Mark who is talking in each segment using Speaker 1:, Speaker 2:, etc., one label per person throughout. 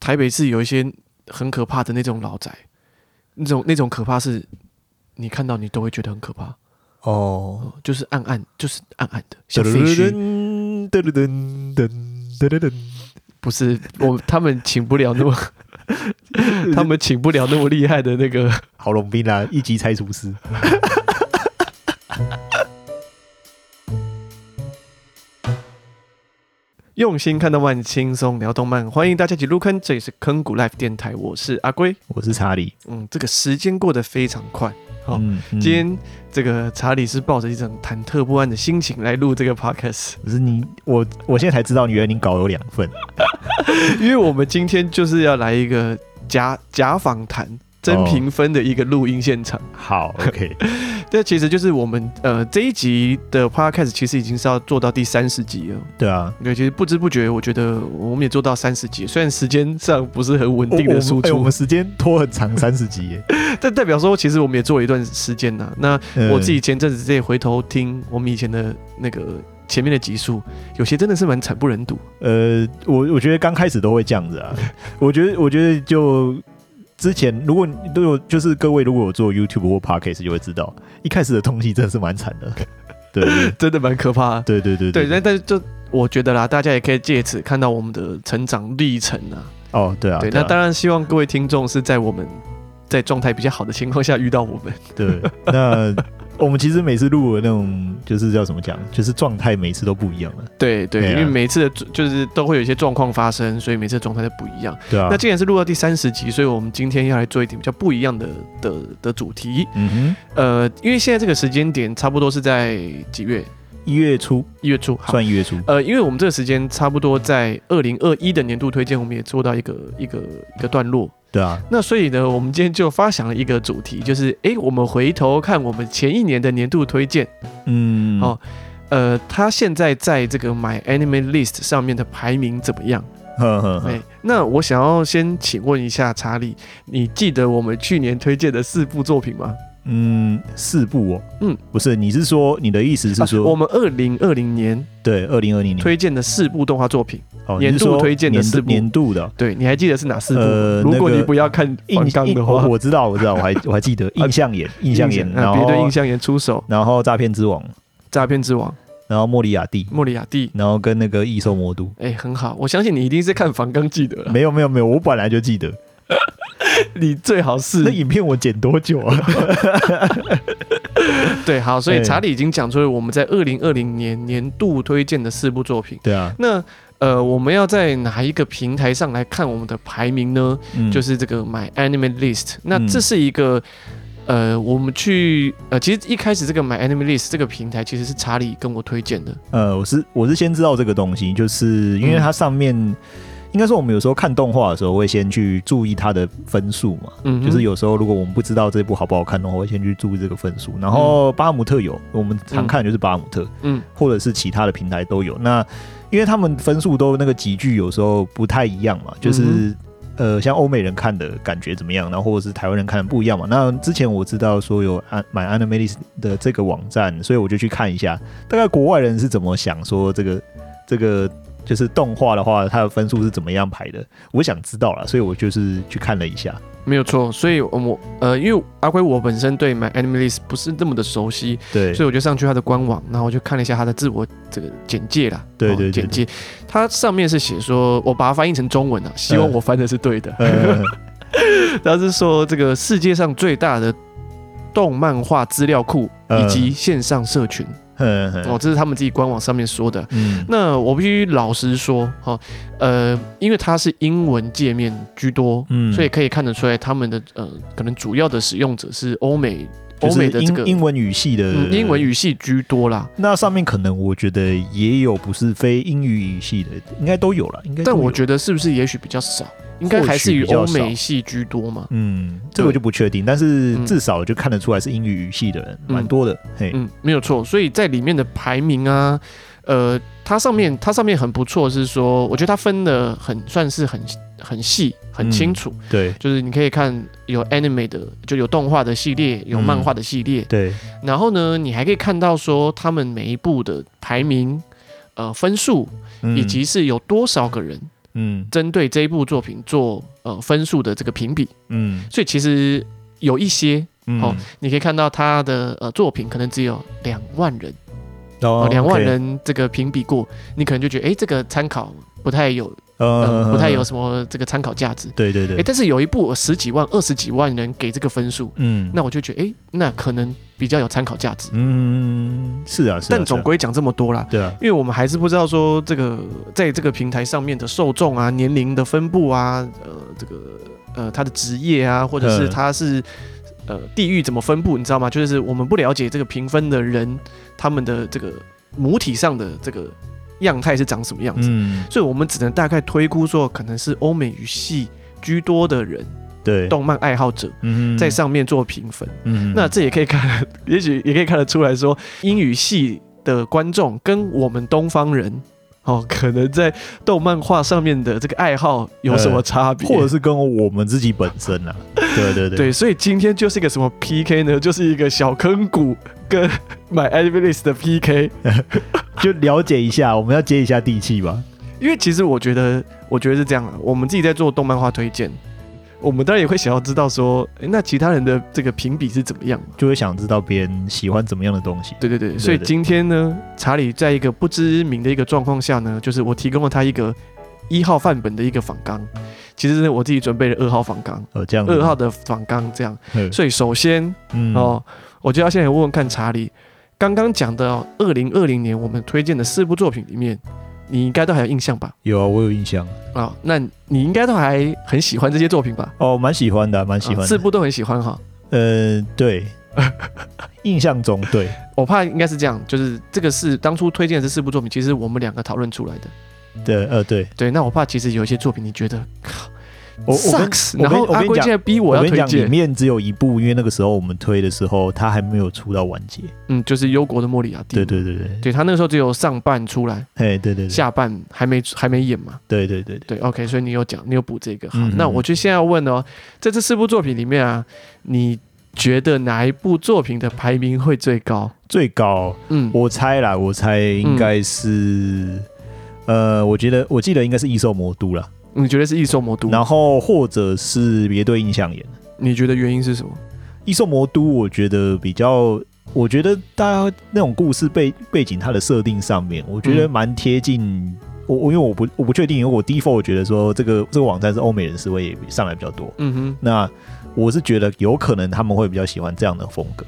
Speaker 1: 台北市有一些很可怕的那种老宅，那种那种可怕是，你看到你都会觉得很可怕，
Speaker 2: 哦，
Speaker 1: 哦就是暗暗，就是暗暗的，
Speaker 2: 噔
Speaker 1: 像废墟。
Speaker 2: 噔噔噔噔噔噔，
Speaker 1: 不是我，他们请不了那么，他们请不了那么厉害的那个。
Speaker 2: 郝龙斌啊，一级拆除师。
Speaker 1: 用心看动漫，轻松聊动漫，欢迎大家一起入坑，这里是坑谷 Life 电台，我是阿龟。
Speaker 2: 我是查理。
Speaker 1: 嗯，这个时间过得非常快。好
Speaker 2: 嗯，嗯
Speaker 1: 今天这个查理是抱着一种忐忑不安的心情来录这个 podcast，
Speaker 2: 不是你，我我现在才知道，原来你稿有两份。
Speaker 1: 因为我们今天就是要来一个假假访谈、真评分的一个录音现场。
Speaker 2: 好，OK，
Speaker 1: 这、其实就是我们呃这一集的 podcast，其实已经是要做到第三十集了。
Speaker 2: 对啊，
Speaker 1: 对，其实不知不觉，我觉得我们也做到三十集，虽然时间上不是很稳
Speaker 2: 我
Speaker 1: 定的输
Speaker 2: 我们哎我
Speaker 1: 出，
Speaker 2: 们时间拖很长，三十集耶。
Speaker 1: 但代表说其实我们也做了一段时间呐、那
Speaker 2: 嗯
Speaker 1: 我自己前阵子也回头听我们以前的那个前面的集数，有些真的是蛮惨不忍睹。
Speaker 2: 呃，我我觉得刚开始都会这样子啊。我觉得，我觉得就之前，如果你都有，就是各位如果有做 YouTube 或 Podcast，就会知道，一开始的东西真的是蛮惨的。 对
Speaker 1: 真的蛮可怕的。
Speaker 2: 对对对
Speaker 1: 对，但但是就我觉得啦，大家也可以借此看到我们的成长历程啊。
Speaker 2: 哦，对啊，
Speaker 1: 对，
Speaker 2: 对
Speaker 1: 那
Speaker 2: 啊
Speaker 1: 当然希望各位听众是在我们在状态比较好的情况下遇到我 们。
Speaker 2: 对，那我们其实每次录的那种，就是叫怎么讲，就是状态每次都不一样了，
Speaker 1: 对对，
Speaker 2: 对啊
Speaker 1: 因为每次的就是都会有一些状况发生，所以每次的状态都不一样。
Speaker 2: 对啊
Speaker 1: 那。既然是录到第三十集，所以我们今天要来做一点比较不一样的的的主题。
Speaker 2: 嗯
Speaker 1: 呃，因为现在这个时间点差不多是在几月？
Speaker 2: 哼，一月初
Speaker 1: 一月初，好
Speaker 2: 算一月初，
Speaker 1: 呃，因为我们这个时间差不多在二零二一的年度推荐，我们也做到一个一个一个段落。
Speaker 2: 对啊，
Speaker 1: 那所以呢，我们今天就发想了一个主题，就是诶，我们回头看我们前一年的年度推荐，
Speaker 2: 嗯，
Speaker 1: 哦呃，它现在在这个 My Anime List 上面的排名怎么样？
Speaker 2: 呵呵
Speaker 1: 诶，
Speaker 2: 呵，
Speaker 1: 那我想要先请问一下查理，你记得我们去年推荐的四部作品吗？
Speaker 2: 嗯，四部哦，
Speaker 1: 嗯，
Speaker 2: 不是，你是说你的意思是
Speaker 1: 啊我
Speaker 2: 说，
Speaker 1: 们二零二零年
Speaker 2: 对，二零二零年
Speaker 1: 推荐的四部动画作品，
Speaker 2: 哦，
Speaker 1: 年
Speaker 2: 你是
Speaker 1: 度
Speaker 2: 说
Speaker 1: 推荐的
Speaker 2: 年
Speaker 1: 四部
Speaker 2: 年度的
Speaker 1: 对，你还记得是哪四部吗？
Speaker 2: 呃
Speaker 1: 如果
Speaker 2: 那个
Speaker 1: 你不要看
Speaker 2: 印
Speaker 1: 反纲
Speaker 2: 印
Speaker 1: 的话
Speaker 2: 我，我知道，我知道，我还我 还记得印象眼，印象眼，然
Speaker 1: 啊，别对
Speaker 2: 后
Speaker 1: 印象眼出手，
Speaker 2: 然后诈骗之王，
Speaker 1: 诈骗之王，
Speaker 2: 然后莫里亚蒂，
Speaker 1: 莫里亚蒂，
Speaker 2: 然后跟那个异兽魔都，
Speaker 1: 哎、很好，我相信你一定是看反纲记得了，
Speaker 2: 没有没有没有，我本来就记得
Speaker 1: 你最好
Speaker 2: 那
Speaker 1: 是
Speaker 2: 影片我剪多久啊？
Speaker 1: 对，好，所以
Speaker 2: 哎
Speaker 1: 查理已经讲出了我们在二零二零年年度推荐的四部作品，
Speaker 2: 对啊，
Speaker 1: 那。呃，我们要在哪一个平台上来看我们的排名呢？
Speaker 2: 嗯
Speaker 1: 就是这个 My Anime List。那
Speaker 2: 嗯
Speaker 1: 这是一个，呃，我们去呃，其实一开始这个 My Anime List 这个平台其实是查理跟我推荐的。
Speaker 2: 呃，我是我是先知道这个东西，就是因为它上面，应该说我们有时候看动画的时候会先去注意它的分数嘛。
Speaker 1: 嗯哼，
Speaker 2: 就是有时候，如果我们不知道这部好不好看的话，会先去注意这个分数。然后巴姆特有，我们常看的就是巴姆特，
Speaker 1: 嗯
Speaker 2: 或者是其他的平台都有。那因为他们分数都那个集聚有时候不太一样嘛，就是、
Speaker 1: 嗯
Speaker 2: 呃，像欧美人看的感觉怎么样，然后或者是台湾人看的不一样嘛。那之前我知道说有安买 Animatis 的这个网站，所以我就去看一下，大概国外人是怎么想说这个这个。就是动画的话，它的分数是怎么样排的？我想知道了，所以我就是去看了一下。
Speaker 1: 没有错，所以我我呃，因为阿辉我本身对 My Anime List 不是那么的熟悉，
Speaker 2: 对，
Speaker 1: 所以我就上去他的官网，然后我就看了一下他的自我这个简介啦。哦
Speaker 2: 对对对
Speaker 1: 简介，它上面是写说，我把它翻译成中文啊，希望我翻的是对的。
Speaker 2: 呃，
Speaker 1: 他是说这个世界上最大的动漫画资料库以及线上社群，
Speaker 2: 嗯
Speaker 1: 哦，
Speaker 2: 嗯
Speaker 1: 这是他们自己官网上面说的。
Speaker 2: 嗯，
Speaker 1: 那我必须老实说，哈、哦，呃，因为它是英文界面居多，
Speaker 2: 嗯
Speaker 1: 所以可以看得出来，他们的呃，可能主要的使用者是欧美，
Speaker 2: 就
Speaker 1: 欧
Speaker 2: 是
Speaker 1: 美的这个
Speaker 2: 英英文语系的
Speaker 1: 嗯英文。语系居多啦。
Speaker 2: 那上面可能我觉得也有不是非英语语系的，应该都有了，应该都
Speaker 1: 但
Speaker 2: 有。
Speaker 1: 我觉得是不是也许比较少，应该还是以欧
Speaker 2: 或许比较
Speaker 1: 美
Speaker 2: 少
Speaker 1: 系居多嘛。
Speaker 2: 嗯，这个我就不确定，但是至少就看得出来是英语语系的人，
Speaker 1: 嗯
Speaker 2: 蛮多的。嘿，
Speaker 1: 嗯，没有错。所以在里面的排名啊，呃，它上面它上面很不错，是说我觉得它分的很算是很很细很清
Speaker 2: 嗯
Speaker 1: 楚，
Speaker 2: 对
Speaker 1: 就是你可以看有 anime 的，就有动画的系列，有漫
Speaker 2: 嗯
Speaker 1: 画的系列，
Speaker 2: 对，
Speaker 1: 然后呢，你还可以看到说他们每一部的排名、呃分数，
Speaker 2: 嗯
Speaker 1: 以及是有多少个人
Speaker 2: 嗯
Speaker 1: 针对这一部作品做呃分数的这个评比。
Speaker 2: 嗯
Speaker 1: 所以其实有一些
Speaker 2: 嗯
Speaker 1: 好你可以看到他的呃作品可能只有两万人，哦，
Speaker 2: 哦
Speaker 1: 两万
Speaker 2: OK
Speaker 1: 人这个评比过，你可能就觉得哎、诶这个参考不太有，呃，
Speaker 2: 呃
Speaker 1: 不太有什么这个参考价值。
Speaker 2: 对对
Speaker 1: 哎、
Speaker 2: 对，
Speaker 1: 但是有一部十几万、二十几万人给这个分数，
Speaker 2: 嗯
Speaker 1: 那我就觉得哎、诶那可能比较有参考价值。
Speaker 2: 嗯是啊啊是啊，
Speaker 1: 但总
Speaker 2: 归
Speaker 1: 归讲这么多啦，
Speaker 2: 对啊，
Speaker 1: 因为我们还是不知道说这个在这个平台上面的受众啊、年龄的分布啊、呃，这个呃他的职业啊，或者是
Speaker 2: 嗯
Speaker 1: 他是呃地域怎么分布，你知道吗？就是我们不了解这个评分的人他们的这个母体上的这个样态是长什么样子，
Speaker 2: 嗯
Speaker 1: 所以我们只能大概推估说，可能是欧美语系居多的人，
Speaker 2: 对，
Speaker 1: 动漫爱好者
Speaker 2: 嗯
Speaker 1: 在上面做评分。
Speaker 2: 嗯
Speaker 1: 那这也可以看，也许也可以看得出来说，英语系的观众跟我们东方人。哦， 可能在动漫画上面的这个爱好有什么差别、
Speaker 2: 或者是跟我们自己本身啊，对对对
Speaker 1: 对，所以今天就是一个什么 PK 呢？ 就是一个小坑谷跟 My a d v i l i s 的 PK。
Speaker 2: 就了解一下，我们要接一下地气吧。
Speaker 1: 因为其实我觉得，我觉得是这样啊，我们自己在做动漫画推荐，我们当然也会想要知道说，诶那其他人的这个评比是怎么样嘛？
Speaker 2: 就会想知道别人喜欢怎么样的东西。
Speaker 1: 对对对，所以
Speaker 2: 对对
Speaker 1: 今天呢，查理在一个不知名的一个状况下呢，就是我提供了他一个一号范本的一个访纲，其实呢我自己准备了二号访纲，
Speaker 2: 呃，这样子
Speaker 1: 二号的访纲这样。
Speaker 2: 嗯
Speaker 1: 所以首先
Speaker 2: 嗯
Speaker 1: 哦，我就要先来问问看查理，刚刚讲的哦二零二零年我们推荐的四部作品里面，你应该都还有印象吧？
Speaker 2: 有啊，我有印象
Speaker 1: 啊、那你应该都还很喜欢这些作品吧？
Speaker 2: 哦，蛮喜欢的啊、蛮喜欢
Speaker 1: 啊
Speaker 2: 的。
Speaker 1: 四部都很喜欢哈。
Speaker 2: 呃， 对，印象中对，
Speaker 1: 我怕应该是这样，就是这个是当初推荐的这四部作品，其实我们两个讨论出来的。
Speaker 2: 对，呃，对
Speaker 1: 对，那我怕其实有一些作品，你觉得
Speaker 2: 我我跟
Speaker 1: sucks，
Speaker 2: 我
Speaker 1: 然
Speaker 2: 跟
Speaker 1: 后
Speaker 2: 我
Speaker 1: 阿
Speaker 2: 跟你
Speaker 1: 贵
Speaker 2: 讲
Speaker 1: 竟然逼我
Speaker 2: 我
Speaker 1: 要
Speaker 2: 跟你
Speaker 1: 推
Speaker 2: 讲，里
Speaker 1: 荐，
Speaker 2: 面只有一部，因为那个时候我们推的时候，它还没有出到完结。
Speaker 1: 嗯，就是忧国的莫里亚蒂，
Speaker 2: 对对对对，
Speaker 1: 对，他那个时候只有上半出来，
Speaker 2: 哎，对对对，
Speaker 1: 下半还没还没演嘛，
Speaker 2: 对对对
Speaker 1: 对
Speaker 2: 对，
Speaker 1: ，OK，所以你有讲，你有补这个，好，
Speaker 2: 嗯嗯
Speaker 1: 那我就现在要问哦，在这四部作品里面啊，你觉得哪一部作品的排名会最高？
Speaker 2: 最高
Speaker 1: 嗯，
Speaker 2: 我猜啦，我猜应该是，呃，我觉得我记得应该是异兽魔都啦，
Speaker 1: 你觉得是《异兽魔都》？
Speaker 2: 然后或者是别对印象眼。
Speaker 1: 你觉得原因是什么？
Speaker 2: 《异兽魔都》，我觉得比较，我觉得大家那种故事背背景，它的设定上面，我觉
Speaker 1: 嗯
Speaker 2: 得蛮贴近。我我因为我不我不确定，因为我 default 我觉得说这个这个网站是欧美人士会上来比较多。
Speaker 1: 嗯
Speaker 2: 那我是觉得有可能他们会比较喜欢这样的风格，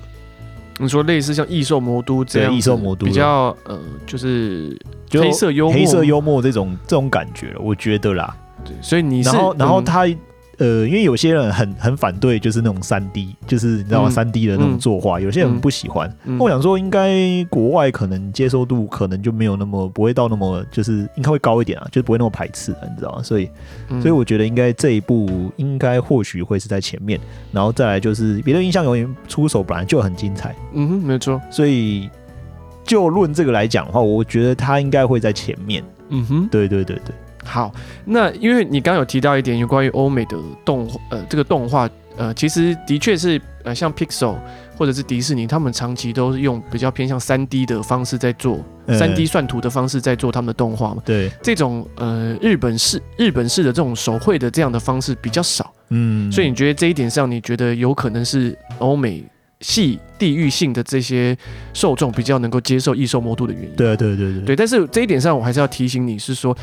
Speaker 1: 哼，你说类似像《异兽魔都》这
Speaker 2: 对
Speaker 1: 样子，
Speaker 2: 异兽魔都
Speaker 1: 比较呃，就是
Speaker 2: 就
Speaker 1: 黑色幽默，
Speaker 2: 黑色幽默这种这种感觉了，我觉得啦。
Speaker 1: 对，所以你是
Speaker 2: 然后然后
Speaker 1: 嗯
Speaker 2: 他、呃，因为有些人很很反对，就是那种三 D，就是你知道吗？
Speaker 1: 嗯
Speaker 2: 三 D 的那种
Speaker 1: 嗯
Speaker 2: 作画，有些
Speaker 1: 嗯
Speaker 2: 人不喜欢。
Speaker 1: 嗯
Speaker 2: 那我想说，应该国外可能接受度可能就没有那么不会到那么，就是应该会高一点啊，就是不会那么排斥啊，你知道吗？所以，
Speaker 1: 嗯
Speaker 2: 所以我觉得应该这一步应该或许会是在前面，然后再来就是别的印象永远出手本来就很精彩，
Speaker 1: 嗯哼，没错，
Speaker 2: 所以就论这个来讲的话，我觉得他应该会在前面。
Speaker 1: 嗯哼，
Speaker 2: 对对对对，
Speaker 1: 好，那因为你刚刚有提到一点有关于欧美的动呃这个动画呃，其实的确是呃像 Pixel 或者是迪士尼，他们长期都是用比较偏向三 D 的方式在做
Speaker 2: 呃
Speaker 1: 三 D 算图的方式在做他们的动画嘛。
Speaker 2: 对，
Speaker 1: 这种呃日本式日本式的这种手绘的这样的方式比较少，
Speaker 2: 嗯，
Speaker 1: 所以你觉得这一点上，你觉得有可能是欧美系地域性的这些受众比较能够接受异兽魔都的原因？
Speaker 2: 对对对对
Speaker 1: 对，哦但是这一点上，我还是要提醒你是说，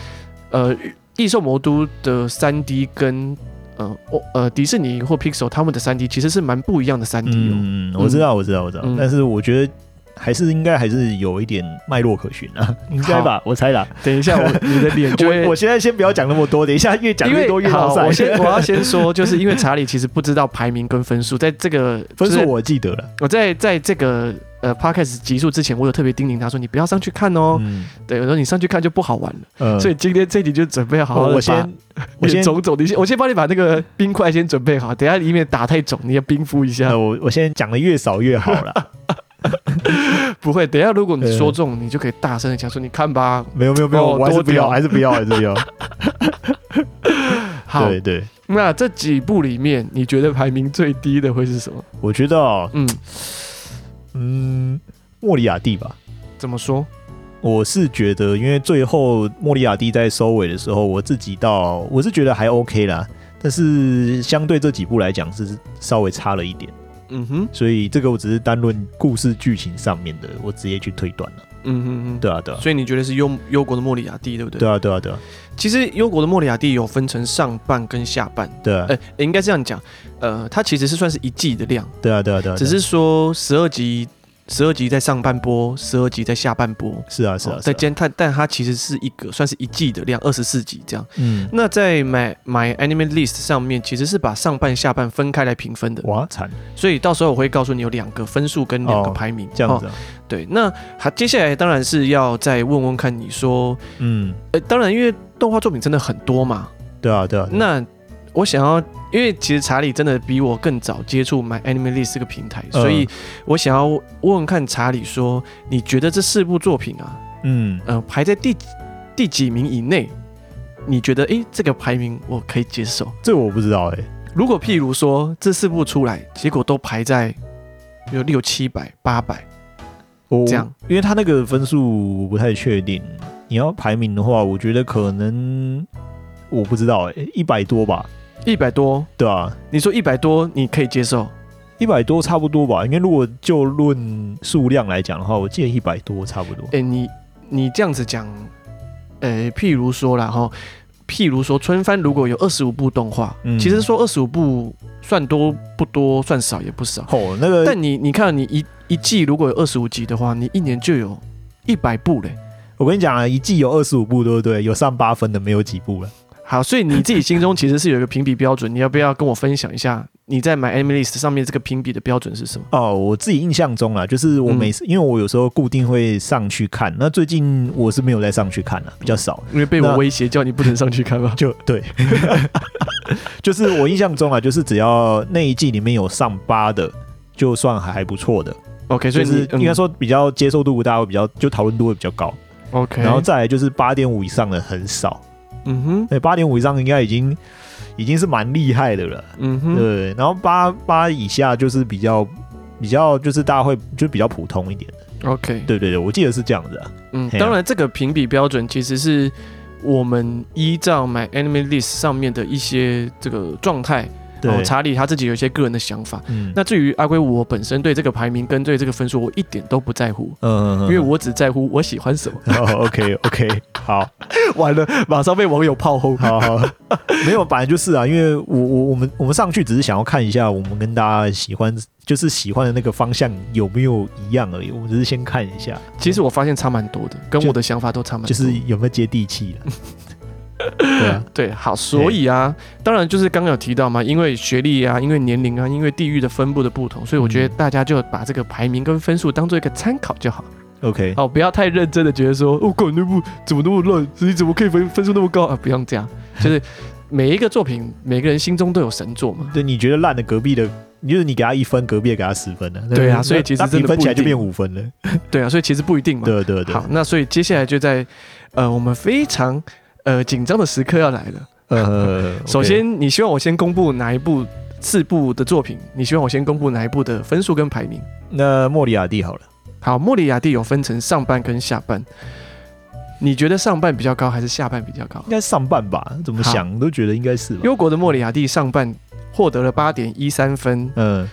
Speaker 1: 呃，《异兽魔都》的三 D 跟呃哦呃迪士尼或 Pixel 他们的三 D 其实是蛮不一样的三 D 哦。
Speaker 2: 嗯，我知道，我知道，我知道，
Speaker 1: 嗯
Speaker 2: 但是我觉得。还是应该还是有一点脉络可循 啊，应该吧，我猜啦。
Speaker 1: 等一 下我，你的脸就会
Speaker 2: 我我现在先不要讲那么多，等一下越讲
Speaker 1: 因为
Speaker 2: 越多越
Speaker 1: 好
Speaker 2: 闹塞
Speaker 1: 我。先我要先说，就是因为查理其实不知道排名跟分数，在这个
Speaker 2: 分
Speaker 1: 就是
Speaker 2: 数我记得了，
Speaker 1: 我在在这个呃 podcast 集数之前，我有特别叮咛他说，你不要上去看哦。
Speaker 2: 嗯，
Speaker 1: 对，我说你上去看就不好玩了。
Speaker 2: 呃
Speaker 1: 所以今天这集就准备好好
Speaker 2: 我
Speaker 1: 的
Speaker 2: 我先我先
Speaker 1: 种种的一些，我先帮你把那个冰块先准备好，等一下以免打太肿，你要冰敷一下。
Speaker 2: 呃我我先讲的越少越好 了，
Speaker 1: 不会，等一下如果你说中，你就可以大声的讲说，你看吧。
Speaker 2: 没有没有没有，
Speaker 1: 哦
Speaker 2: 我还是
Speaker 1: 多
Speaker 2: 不要，
Speaker 1: 屌
Speaker 2: 还是不要，还是不要。
Speaker 1: 好，
Speaker 2: 对对，
Speaker 1: 那这几部里面，你觉得排名最低的会是什么？
Speaker 2: 我觉得哦，
Speaker 1: 嗯，
Speaker 2: 嗯，莫里亚蒂吧，
Speaker 1: 怎么说？
Speaker 2: 我是觉得，因为最后莫里亚蒂在收尾的时候，我自己到我是觉得还 OK 啦，但是相对这几部来讲是稍微差了一点，
Speaker 1: 嗯哼，
Speaker 2: 所以这个我只是单论故事剧情上面的，我直接去推断了。
Speaker 1: 嗯哼哼，
Speaker 2: 对啊，对啊，
Speaker 1: 所以你觉得是忧忧国的莫里亚蒂，对不对？
Speaker 2: 对啊，对啊，对啊，
Speaker 1: 其实忧国的莫里亚蒂有分成上半跟下半，
Speaker 2: 对啊
Speaker 1: 呃，，应该这样讲，呃，它其实是算是一季的量，
Speaker 2: 对啊，对啊，对啊，
Speaker 1: 只是说十二集，十二集在上半波，十二集在下半波。
Speaker 2: 是啊，是啊，
Speaker 1: 哦
Speaker 2: 是
Speaker 1: 在
Speaker 2: 啊，
Speaker 1: 间它，但它其实是一个算是一季的量，二十四集这样。
Speaker 2: 嗯，
Speaker 1: 那在 My My Anime List 上面，其实是把上半下半分开来评分的，
Speaker 2: 哇，惨，
Speaker 1: 所以到时候我会告诉你有两个分数跟两个
Speaker 2: 哦
Speaker 1: 排名、
Speaker 2: 这样子
Speaker 1: 哦。
Speaker 2: 啊，
Speaker 1: 对，那还接下来当然是要再问问看你说，
Speaker 2: 嗯，
Speaker 1: 呃，当然因为动画作品真的很多嘛，
Speaker 2: 对啊，对啊，对啊
Speaker 1: 那我想要，因为其实查理真的比我更早接触 My Anime List 这个平台，
Speaker 2: 嗯
Speaker 1: 所以我想要问问看查理说，你觉得这四部作品啊，
Speaker 2: 嗯，
Speaker 1: 呃，排在第第几名以内？你觉得，诶，这个排名我可以接受。
Speaker 2: 这我不知道哎、
Speaker 1: 如果譬如说这四部出来，结果都排在有六七百、八百，
Speaker 2: 我
Speaker 1: 这样，
Speaker 2: 因为他那个分数我不太确定。你要排名的话，我觉得可能我不知道哎、一百多吧，
Speaker 1: 一百多，
Speaker 2: 对啊，
Speaker 1: 你说一百多你可以接受？
Speaker 2: 一百多差不多吧。因为如果就论数量来讲的话，我记得一百多差不多。
Speaker 1: 哎、你你这样子讲，呃，譬如说啦哈，譬如说春帆如果有二十五部动画，
Speaker 2: 嗯
Speaker 1: 其实说二十五部算多不多，算少也不少。
Speaker 2: 哦，那个
Speaker 1: 但你你看，你一一季如果有二十五集的话，你一年就有一百部嘞。
Speaker 2: 我跟你讲啊，一季有二十五部，对不对？有上八分的没有几部了。
Speaker 1: 好，所以你自己心中其实是有一个评比标准，你要不要跟我分享一下你在买 Anime List 上面这个评比的标准是什么？
Speaker 2: 哦，我自己印象中啦，就是
Speaker 1: 嗯
Speaker 2: 我每次、因为我有时候固定会上去看，那最近我是没有再上去看啊了，比较少。
Speaker 1: 因为被我
Speaker 2: 那
Speaker 1: 威胁叫你不能上去看吧？
Speaker 2: 就对， 就是我印象中啊，就是只要那一季里面有上八的，就算还还不错的，
Speaker 1: OK，所
Speaker 2: 就
Speaker 1: 以
Speaker 2: 是
Speaker 1: 你
Speaker 2: 应该说比较接受度大家会比较，就讨论度会比较高。
Speaker 1: 嗯 OK，
Speaker 2: 然后再来就是八点五以上的很少，
Speaker 1: 嗯哼
Speaker 2: 对，八点五以上应该已经已经是蛮厉害的了，
Speaker 1: 嗯哼
Speaker 2: 对。然后八八以下就是比较比较就是大家会就比较普通一点的，
Speaker 1: OK，
Speaker 2: 对对对，我记得是这样子啊，
Speaker 1: 嗯，
Speaker 2: 嘿啊
Speaker 1: 当然，这个评比标准其实是我们依照 My Anime List 上面的一些这个状态，然后
Speaker 2: 对，
Speaker 1: 查理他自己有一些个人的想法。
Speaker 2: 嗯，
Speaker 1: 那至于阿圭，我本身对这个排名跟对这个分数，我一点都不在乎，
Speaker 2: 嗯，
Speaker 1: 因为 我只在乎我喜欢什么。
Speaker 2: OK OK 好。
Speaker 1: 完了， 马上被网友炮轰。
Speaker 2: 好好， 没有，本来就是啊，因为我我我们我们上去只是想要看一下我们跟大家喜欢就是喜欢的那个方向有没有一样而已，我们只是先看一下，
Speaker 1: 其实我发现差蛮多的，跟
Speaker 2: 就
Speaker 1: 我的想法都差蛮多。
Speaker 2: 就是有没有接地气了。对啊，
Speaker 1: 对，好，所以啊，当然就是刚刚有提到嘛，因为学历啊，因为年龄啊，因为地域的分布的不同，所以我
Speaker 2: 嗯
Speaker 1: 觉得大家就把这个排名跟分数当做一个参考就好。
Speaker 2: ，OK，
Speaker 1: 哦，不要太认真的觉得说，哦，滚那部怎么那么烂，你怎么可以分分数那么高啊？不用这样，就是每一个作品，每个人心中都有神作嘛。
Speaker 2: 对，你觉得烂的隔壁的，就是你给他一分，隔壁也给他十分了、
Speaker 1: 对啊
Speaker 2: 那
Speaker 1: 所以其实
Speaker 2: 那
Speaker 1: 真
Speaker 2: 评
Speaker 1: 的
Speaker 2: 分
Speaker 1: 不
Speaker 2: 起来
Speaker 1: 一
Speaker 2: 就
Speaker 1: 定
Speaker 2: 变五分了。
Speaker 1: 对啊，所以其实不一定嘛。
Speaker 2: 对对对，
Speaker 1: 好，那所以接下来就在呃我们非常呃紧张的时刻要来了。
Speaker 2: 呃，
Speaker 1: 首
Speaker 2: OK
Speaker 1: 先，你希望我先公布哪一部四部的作品？你希望我先公布哪一部的分数跟排名？
Speaker 2: 那莫里亚蒂好了，
Speaker 1: 好，莫里亚蒂有分成上半跟下半，你觉得上半比较高还是下半比较高
Speaker 2: 应？该上半吧？怎么
Speaker 1: 好
Speaker 2: 想都觉得应该是吧。
Speaker 1: 忧国的莫里亚蒂上半获得了八点一三分，
Speaker 2: 嗯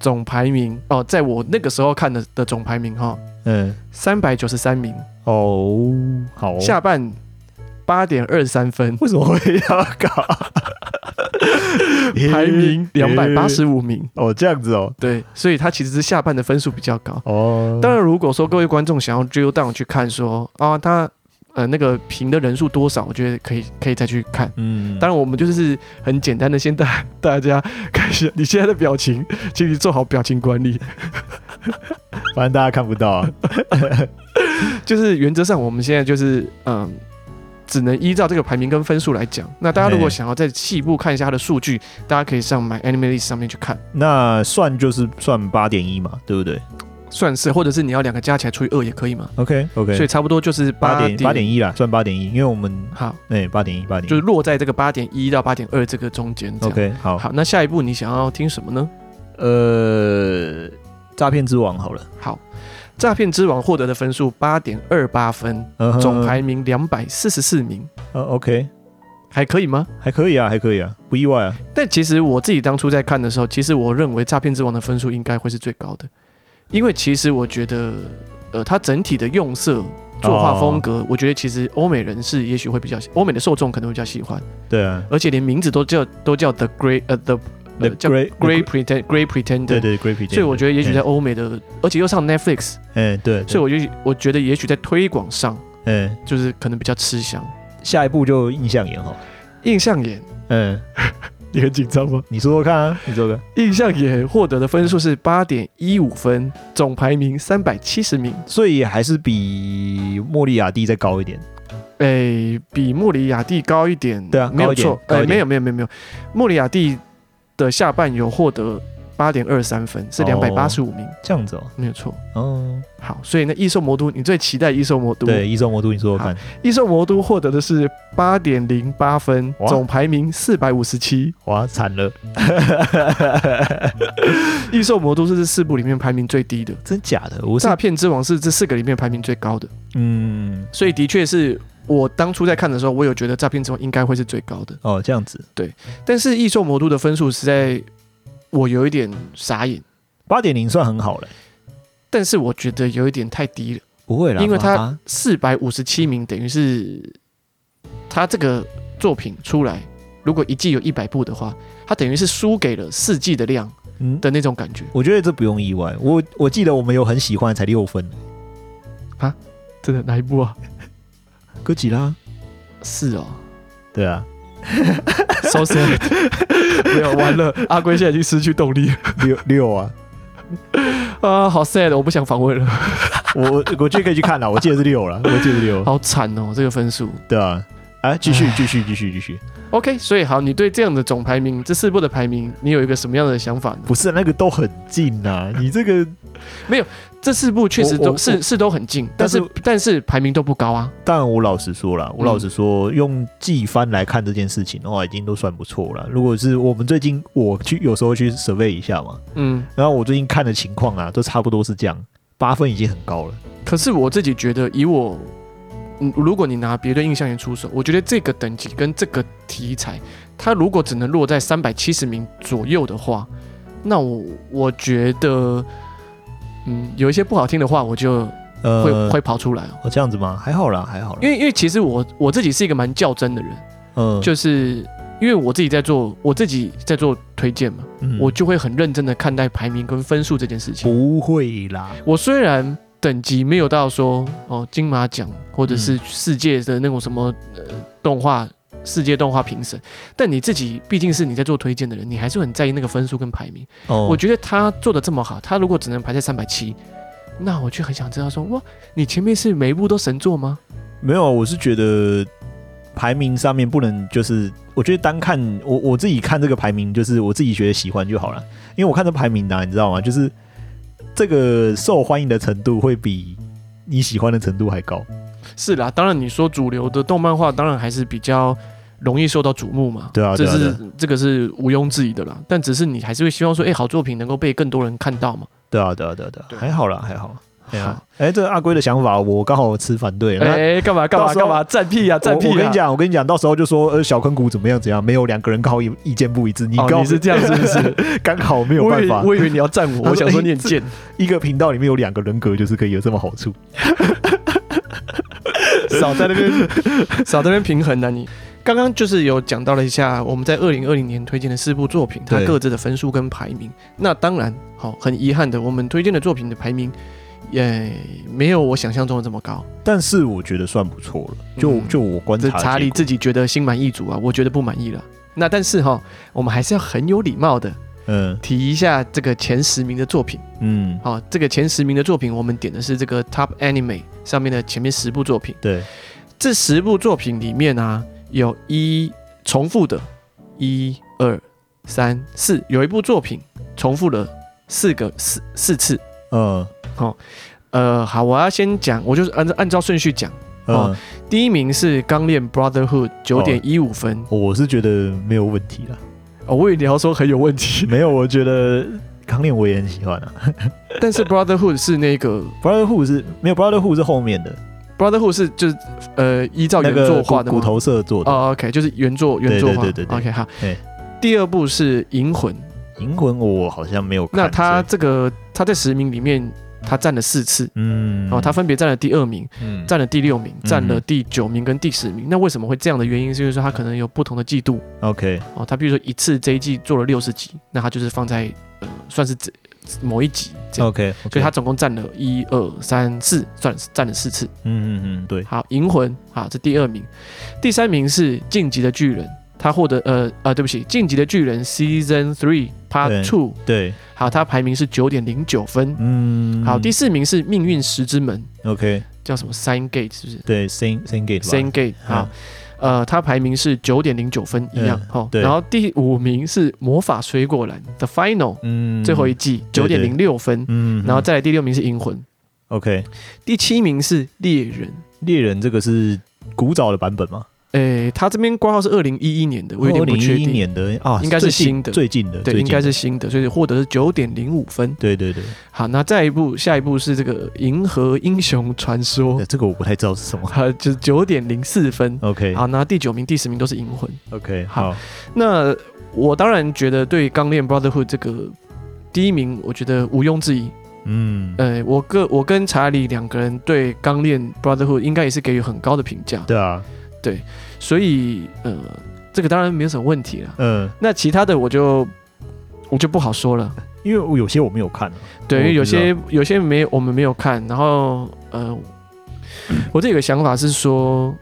Speaker 1: 总排名哦，在我那个时候看的的总排名哈，
Speaker 2: 嗯，
Speaker 1: 三百九十三名，
Speaker 2: 哦，好哦，
Speaker 1: 下半八点二三分，
Speaker 2: 为什么会要搞？
Speaker 1: 排 名两百八十五名。
Speaker 2: 哦，这样子哦，
Speaker 1: 对，所以它其实是下半的分数比较高。
Speaker 2: 哦，
Speaker 1: 当然，如果说各位观众想要 drill down 去看说啊，他呃那个评的人数多少，我觉得可以可以再去看。
Speaker 2: 嗯，
Speaker 1: 当然，我们就是很简单的先带大 家看一下你现在的表情， 请你做好表情管理。
Speaker 2: 反正大家看不到啊，
Speaker 1: 就是原则上，我们现在就是嗯、只能依照这个排名跟分数来讲。那大家如果
Speaker 2: 嘿
Speaker 1: 想要再细部看一下它的数据，大家可以上 My Anime List 上面去看，
Speaker 2: 那算就是算八点一嘛，对不对
Speaker 1: 算是，或者是你要两个加起来除以二也可以嘛。
Speaker 2: ？OK OK，
Speaker 1: 所以差不多就是
Speaker 2: 八
Speaker 1: 八
Speaker 2: 点八点一啦，算八点一，因为我们
Speaker 1: 好，
Speaker 2: 哎八点一八点
Speaker 1: 就是落在这个八点一到八点二这个中间这样。
Speaker 2: OK 好，
Speaker 1: 好，那下一步你想要听什么呢？
Speaker 2: 呃，诈骗之王好了，
Speaker 1: 好，诈骗之王》获得的分数八点二八分，
Speaker 2: 嗯哼
Speaker 1: 总排名两百四十四名，
Speaker 2: 呃 OK
Speaker 1: 还可以吗？
Speaker 2: 还可以啊，还可以啊，不意外啊。
Speaker 1: 但其实我自己当初在看的时候，其实我认为《诈骗之王》的分数应该会是最高的，因为其实我觉得，呃，它整体的用色、作
Speaker 2: 哦
Speaker 1: 画风格，我觉得其实欧美人士也许会比较，欧美的受众可能会比较喜欢，
Speaker 2: 对啊
Speaker 1: 而且连名字都叫都叫 The Great 呃 The 呃
Speaker 2: ，The
Speaker 1: 叫
Speaker 2: Great
Speaker 1: Great Pretend Great
Speaker 2: 对
Speaker 1: Pretender，
Speaker 2: 对 Great Pretender，
Speaker 1: 所以我觉得也许在
Speaker 2: 嗯
Speaker 1: 欧美的，而且又上 Netflix，
Speaker 2: 嗯对，
Speaker 1: 所以我就我觉得也许在推广上
Speaker 2: 我嗯
Speaker 1: 就是可能比较吃香。
Speaker 2: 下一步就印象演好，
Speaker 1: 印象眼，
Speaker 2: 嗯，
Speaker 1: 你很紧张吗？
Speaker 2: 你说说看啊，你说说看，
Speaker 1: 印象也获得的分数是八点一五分，总排名三百七十名，
Speaker 2: 所以还是比莫莉亚蒂再高一点，
Speaker 1: 诶、比莫里亚蒂高一点，
Speaker 2: 对啊
Speaker 1: 没有
Speaker 2: 高一点
Speaker 1: 错，
Speaker 2: 高一
Speaker 1: 诶、
Speaker 2: 点
Speaker 1: 没有没有没有没有，莫里亚蒂的下半有获得八点二三分，是
Speaker 2: 哦
Speaker 1: 两百八十五名，
Speaker 2: 这样子哦，
Speaker 1: 没有错。
Speaker 2: 哦，
Speaker 1: 好，所以那异兽魔都，你最期待异兽魔都？
Speaker 2: 对，，异兽魔都，你说说看，
Speaker 1: 异兽魔都获得的是八点零八分，
Speaker 2: 哇
Speaker 1: 总排名四百五十七。
Speaker 2: 哇，惨了，
Speaker 1: 异兽魔都是这四部里面排名最低的，
Speaker 2: 真假的，我是
Speaker 1: 诈骗之王是这四个里面排名最高的。
Speaker 2: 嗯，
Speaker 1: 所以的确是我当初在看的时候，我有觉得《诈骗之王》应该会是最高的，
Speaker 2: 哦，这样子，
Speaker 1: 但是《异兽魔都》的分数实在我有一点傻眼，
Speaker 2: 八点零算很好了，
Speaker 1: 但是我觉得有一点太低了，
Speaker 2: 不会啦，
Speaker 1: 因为它
Speaker 2: 啊
Speaker 1: 四百五十七名等于是他这个作品出来，如果一季有一百部的话，他等于是输给了四季的量
Speaker 2: 嗯，
Speaker 1: 的那种感觉，
Speaker 2: 我觉得这不用意外，我我记得我们有很喜欢才六分，
Speaker 1: 真的哪一部啊？
Speaker 2: 哥吉拉，
Speaker 1: 是哦。
Speaker 2: 对啊，
Speaker 1: So sad，没有完了，阿龟现在已经失去动力了
Speaker 2: 六六啊，
Speaker 1: 啊，好 sad，我不想访问了，
Speaker 2: 我我我觉得可以去看了，我记得是六了，我记得是六，
Speaker 1: 好惨哦，这个分数。
Speaker 2: 对啊，啊，继续继续继续继续，
Speaker 1: OK，所以好，你对这样的总排名，这四部的排名，你有一个什么样的想法呢？
Speaker 2: 不是那个都很近呐、 你这个
Speaker 1: 这四部确实
Speaker 2: 我
Speaker 1: 都
Speaker 2: 我
Speaker 1: 是是都很近，但
Speaker 2: 但是
Speaker 1: 是但是排名都不高啊。
Speaker 2: 但我老实说啦，我
Speaker 1: 嗯
Speaker 2: 老实说，用季番来看这件事情的话，已经都算不错了。如果是我们最近，我去有时候去 survey 一下嘛，
Speaker 1: 嗯，
Speaker 2: 然后我最近看的情况啊，都差不多是这样，八分已经很高了。
Speaker 1: 可是我自己觉得，以我，嗯，如果你拿别的印象员出手，我觉得这个等级跟这个题材，它如果只能落在三百七十名左右的话，那我我觉得，嗯，有一些不好听的话，我就
Speaker 2: 呃，
Speaker 1: 会、会跑出来哦。
Speaker 2: 哦这样子吗？还好啦，还好啦。
Speaker 1: 因为因为其实我我自己是一个蛮较真的人，
Speaker 2: 嗯，
Speaker 1: 就是因为我自己在做，我自己在做推荐嘛，
Speaker 2: 嗯
Speaker 1: 我就会很认真的看待排名跟分数这件事情。
Speaker 2: 不会啦。
Speaker 1: 我虽然等级没有到说哦金马奖或
Speaker 2: 嗯
Speaker 1: 者是世界的那种什么呃动画世界动画评审，但你自己毕竟是你在做推荐的人，你还是很在意那个分数跟排名。
Speaker 2: 哦，
Speaker 1: 我觉得他做的这么好，他如果只能排在三百七。那我就很想知道说，哇，你前面是每一部都神作吗？
Speaker 2: 没有，我是觉得排名上面不能就是，我觉得单看我我自己看这个排名，就是我自己觉得喜欢就好了。因为我看这排名呢、你知道吗？就是这个受欢迎的程度会比你喜欢的程度还高。
Speaker 1: 是啦，当然你说主流的动漫画，当然还是比较容易受到瞩目嘛。
Speaker 2: 对啊
Speaker 1: 这
Speaker 2: 对啊
Speaker 1: 是这个是毋庸置疑的啦。但只是你还是会希望说，哎、好作品能够被更多人看到嘛。
Speaker 2: 对啊，对啊，对啊，对啊，
Speaker 1: 对
Speaker 2: 还好啦，还好。哎呀、
Speaker 1: 好
Speaker 2: 哎、这个阿龟的想法，我刚好持反对。那
Speaker 1: 哎、干嘛干嘛
Speaker 2: 到时
Speaker 1: 干
Speaker 2: 候
Speaker 1: 嘛？占屁呀、占
Speaker 2: 我
Speaker 1: 屁、呀！
Speaker 2: 我跟你，讲，我跟你讲，到时候就说呃，小坑谷怎么样怎样，没有两个人刚好意意见不一致，你
Speaker 1: 哦
Speaker 2: 刚好、
Speaker 1: 你是这样是不是？
Speaker 2: 刚好 没有
Speaker 1: 我以
Speaker 2: 办
Speaker 1: 为
Speaker 2: 法。
Speaker 1: 我以为你要占 我，我想说你很
Speaker 2: 他说哎
Speaker 1: 贱，
Speaker 2: 一个频道里面有两个人格，就是可以有这么好处。
Speaker 1: 少在那边
Speaker 2: 哎
Speaker 1: 少在那边平衡呢、你。刚刚就是有讲到了一下，我们在二零二零年推荐的四部作品，它
Speaker 2: 对
Speaker 1: 各自的分数跟排名。那当然，好、很遗憾的，我们推荐的作品的排名，也没有我想象中的这么高。
Speaker 2: 但是我觉得算不错了。就、
Speaker 1: 嗯
Speaker 2: 就我观察
Speaker 1: 这
Speaker 2: 的
Speaker 1: 查理
Speaker 2: 结果
Speaker 1: 自己觉得心满意足啊，我觉得不满意了。那但是哈，我们还是要很有礼貌的
Speaker 2: 嗯
Speaker 1: 提一下这个前十名的作品。
Speaker 2: 嗯，
Speaker 1: 好，这个前十名的作品，我们点的是这个 Top Anime 上面的前面十部作品。
Speaker 2: 对，
Speaker 1: 这十部作品里面啊，有一重复的，一二三四，有一部作品重复了四个四四次。
Speaker 2: 嗯
Speaker 1: 呃，好，我要先讲，我就是按照按照顺序讲。
Speaker 2: 嗯、
Speaker 1: 哦第一名是《钢炼 Brotherhood》，九点一五分。
Speaker 2: 我是觉得没有问题啦。
Speaker 1: 哦，我以为你要说很有问题。
Speaker 2: 没有，我觉得康恋我也很喜欢啊。
Speaker 1: 但是 Brotherhood 是那个
Speaker 2: Brotherhood 是没有 Brotherhood 是后面的
Speaker 1: Brotherhood 是就是呃依照
Speaker 2: 那
Speaker 1: 原作
Speaker 2: 个
Speaker 1: 画
Speaker 2: 骨
Speaker 1: 的
Speaker 2: 骨
Speaker 1: 吗？
Speaker 2: 头社做的。
Speaker 1: 哦，OK，就是原作原作画。
Speaker 2: 对对对对对
Speaker 1: OK，好
Speaker 2: 对。
Speaker 1: 第二部是《银魂》，
Speaker 2: 银魂我好像没有看。
Speaker 1: 那他
Speaker 2: 所以
Speaker 1: 这个他在十名里面他占了四次，
Speaker 2: 嗯，
Speaker 1: 哦，他分别占了第二名、
Speaker 2: 嗯
Speaker 1: 占了第六名、
Speaker 2: 哼
Speaker 1: 占了第九名跟第十名。那为什么会这样的原因，是因为说他可能有不同的季度
Speaker 2: 嗯 OK
Speaker 1: 哦，他比如说一次这一季做了六十集，那他就是放在呃算是这某一集这样。
Speaker 2: 哦 OK，
Speaker 1: 所以他总共占了一二三四，算占了四次。
Speaker 2: 嗯嗯嗯对，
Speaker 1: 好，银魂，好，这第二名，第三名是晋级的巨人，他获得呃呃，对不起，晋级的巨人 Season Three
Speaker 2: 对
Speaker 1: Part Two，
Speaker 2: 对，
Speaker 1: 好，他排名是九点零九分。
Speaker 2: 嗯，
Speaker 1: 好，第四名是命运石之门，
Speaker 2: OK
Speaker 1: 叫什么 Sign Gate 是不是
Speaker 2: 对 Sing Sing Gate 吧
Speaker 1: ？Sign Gate 好，呃，他排名是九点零九分一样
Speaker 2: 嗯
Speaker 1: 哦。
Speaker 2: 对
Speaker 1: 然后第五名是魔法水果篮 The Final
Speaker 2: 嗯
Speaker 1: 最后一季九
Speaker 2: 对
Speaker 1: 点
Speaker 2: 对
Speaker 1: 零六分，
Speaker 2: 嗯，
Speaker 1: 然后再来第六名是银魂，
Speaker 2: OK
Speaker 1: 第七名是猎人。
Speaker 2: 猎人这个是古早的版本吗？
Speaker 1: 诶，他这边挂号是二零一一年的，我有点不确
Speaker 2: 一
Speaker 1: 定。
Speaker 2: 年的啊，
Speaker 1: 应该是
Speaker 2: 最近
Speaker 1: 新的
Speaker 2: 最近的，
Speaker 1: 对，
Speaker 2: 最
Speaker 1: 应
Speaker 2: 近
Speaker 1: 该
Speaker 2: 的
Speaker 1: 是新的，所以获得是九点零五分。
Speaker 2: 对对对，
Speaker 1: 好，那再一步，下一步是这个《银河英雄传说
Speaker 2: 呃》，这个我不太知道是什么。
Speaker 1: 它就是九点零四分。
Speaker 2: OK
Speaker 1: 好，那第九名、第十名都是银魂。
Speaker 2: OK
Speaker 1: 好
Speaker 2: 好，
Speaker 1: 那我当然觉得对《钢炼 Brotherhood》这个第一名，我觉得毋庸置疑。
Speaker 2: 嗯，
Speaker 1: 呃，我个我跟查理两个人对《钢炼 Brotherhood》应该也是给予很高的评价，
Speaker 2: 对啊，
Speaker 1: 所以呃，这个当然没有什么问题了。
Speaker 2: 嗯，
Speaker 1: 那其他的我就我就不好说了。
Speaker 2: 因为我有些我没有看啊，
Speaker 1: 对，因为
Speaker 2: 我
Speaker 1: 有
Speaker 2: 不知
Speaker 1: 些有些没有我们没有看，然后呃，我这有个想法是说，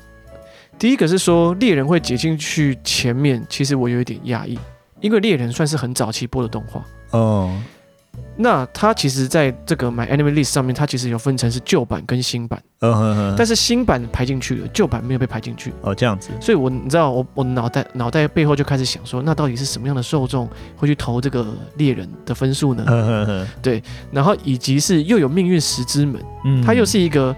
Speaker 1: 第一个是说猎人会解进去前面，其实我有一点讶异，因为猎人算是很早期播的动画。
Speaker 2: 哦，
Speaker 1: 那它其实在这个 My Anime List 上面，它其实有分成是旧版跟新版，
Speaker 2: 嗯哼哼，
Speaker 1: 但
Speaker 2: 是
Speaker 1: 是新版排进去了，旧版没有被排进去，
Speaker 2: 哦这样子，
Speaker 1: 所以我你知道我我脑袋脑袋背后就开始想说，那到底是什么样的受众会去投这个猎人的分数呢？
Speaker 2: 嗯哼哼，
Speaker 1: 然后以及是又有命运石之门，
Speaker 2: 嗯
Speaker 1: 它又是一个